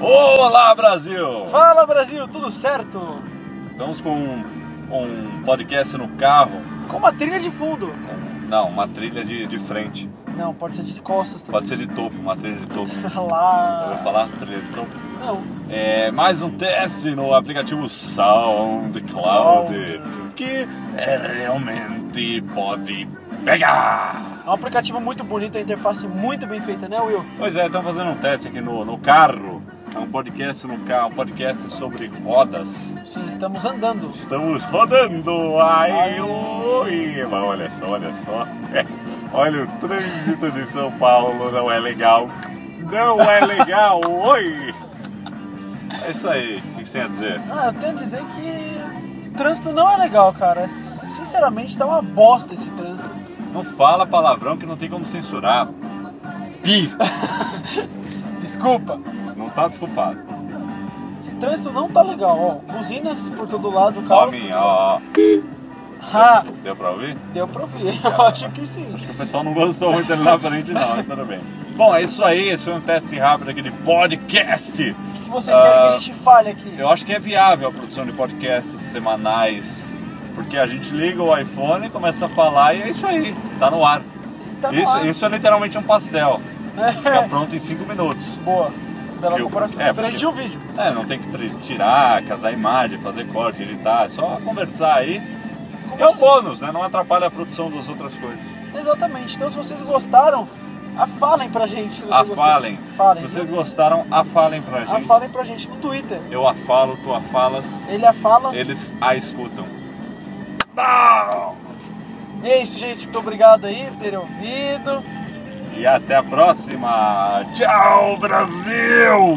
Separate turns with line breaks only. Olá, Brasil!
Fala Brasil, tudo certo?
Estamos com um, um podcast no carro.
Com uma trilha de fundo.
Um- Não, uma trilha de, de frente.
Não, pode ser de costas também. Tá
Pode ser de topo, uma trilha de topo. Eu vou
Lá.
falar trilha de topo.
Não.
É, mais um teste no aplicativo SoundCloud, que é realmente pode pegar.
É um aplicativo muito bonito, a interface muito bem feita, né, Will?
Pois é, estamos fazendo um teste aqui no, no carro. É um podcast no carro, um podcast sobre rodas.
Sim, estamos andando.
Estamos rodando! Ai, ui! Mas olha só, olha só. É, olha o trânsito de São Paulo, não é legal. Não é legal! Oi! É isso aí, o que você tem a dizer?
Ah, eu tenho a dizer que o trânsito não é legal, cara. Sinceramente, tá uma bosta esse trânsito.
Não fala palavrão que não tem como censurar. Pi!
Desculpa.
Não tá desculpado.
Esse trânsito não tá legal, ó. Buzinas por todo lado,
Ó,
carro.
minha, ó.
Ah,
Deu pra ouvir?
deu pra ouvir. Eu acho que sim.
Acho que o pessoal não gostou muito ali na frente, não, mas tudo bem. Bom, é isso aí. Esse foi um teste rápido aqui de podcast.
O que vocês querem que a gente fale aqui?
Ah, Eu acho que é viável a produção de podcasts semanais, porque a gente liga o iPhone, começa a falar e é isso aí, tá no ar.
Tá no
isso,
ar.
isso é literalmente um pastel. Fica
É.
pronto em 5 minutos.
Boa. Bela
Eu-
comparação.
é,
Diferente
porque-
de um vídeo.
É, não tem que tri- tirar, casar imagem, fazer corte, editar, é só conversar aí.
Como
É um
se-
bônus, né? Não atrapalha a produção das outras coisas.
Exatamente. Então, se vocês gostaram, a falem pra gente. Se vocês
A
gostaram.
falem.
Falem.
Se vocês gostaram, a falem pra
A
gente.
falem pra gente no Twitter.
Eu a falo, tu a falas,
Ele é a fala.
eles a escutam. Não!
E é isso, gente. Muito obrigado aí por terem ouvido.
E até a próxima. Tchau, Brasil!